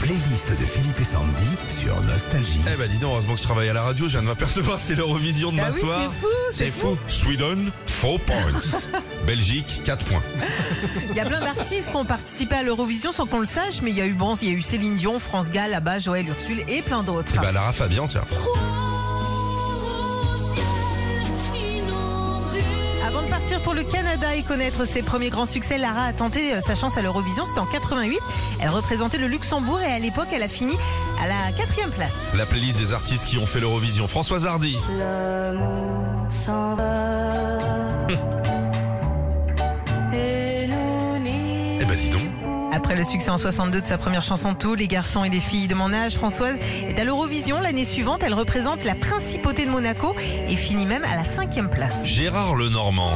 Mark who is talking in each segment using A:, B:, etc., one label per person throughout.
A: playlist de Philippe et Sandy sur Nostalgie.
B: Eh ben dis donc, heureusement que je travaille à la radio, je viens de m'apercevoir, c'est l'Eurovision de
C: Ah oui,
B: m'asseoir.
C: c'est fou, c'est fou.
B: Sweden, 4 points. Belgique, 4 points.
C: Il y a plein d'artistes qui ont participé à l'Eurovision sans qu'on le sache, mais il y a eu bon, il y a eu Céline Dion, France Gall, Abba, Joël Ursule et plein d'autres.
B: Et bah Lara Fabian, tiens.
C: Avant de partir pour le Canada et connaître ses premiers grands succès, Lara a tenté euh, sa chance à l'Eurovision, c'était en 88. Elle représentait le Luxembourg et à l'époque, elle a fini à la quatrième place.
B: La playlist des artistes qui ont fait l'Eurovision. Françoise Hardy.
D: Le monde s'en va. Et nous n'y
B: Eh ben dis donc.
C: Après le succès en 62 de sa première chanson Tous les garçons et les filles de mon âge, Françoise est à l'Eurovision. L'année suivante, elle représente la principauté de Monaco et finit même à la cinquième place.
B: Gérard Lenormand.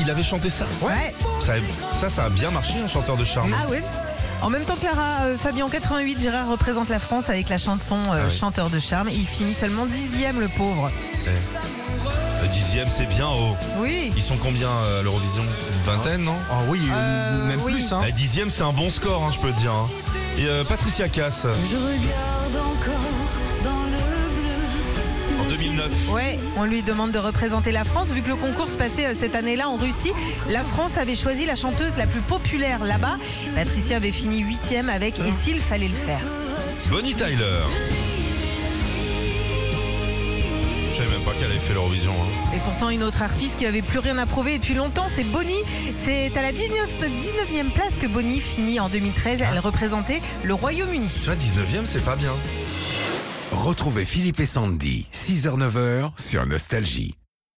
B: Il avait chanté ça
C: Ouais.
B: Ça, ça, ça a bien marché, un chanteur de charme.
C: Ah ouais en même temps que Lara, euh, Fabien en 88, Gérard représente la France avec la chanson euh,
B: Ah oui.
C: Chanteur de charme. Il finit seulement dixième, le pauvre.
B: Le dixième, c'est bien haut.
C: Oui.
B: Ils sont combien euh, à l'Eurovision Une vingtaine, non
E: Ah oui, euh,
C: Euh,
E: même
C: oui.
E: plus. Hein.
B: La dixième, c'est un bon score, hein, je peux te dire. hein. Et euh, Patricia Cass,
D: Je regarde encore dans le bleu.
B: en 2009.
C: Ouais, on lui demande de représenter la France. Vu que le concours se passait euh, cette année-là en Russie, la France avait choisi la chanteuse la plus populaire là-bas. Patricia avait fini huitième avec Et s'il fallait le faire
B: Bonnie Tyler. Je savais même pas qu'elle avait fait l'Eurovision. hein.
C: Et pourtant, une autre artiste qui avait plus rien à prouver depuis longtemps, c'est Bonnie. C'est à la 19, 19e place que Bonnie finit en 2013. Elle représentait le Royaume-Uni.
B: Tu vois, 19ème, c'est pas bien.
A: Retrouvez Philippe et Sandy, 6h-9h sur Nostalgie.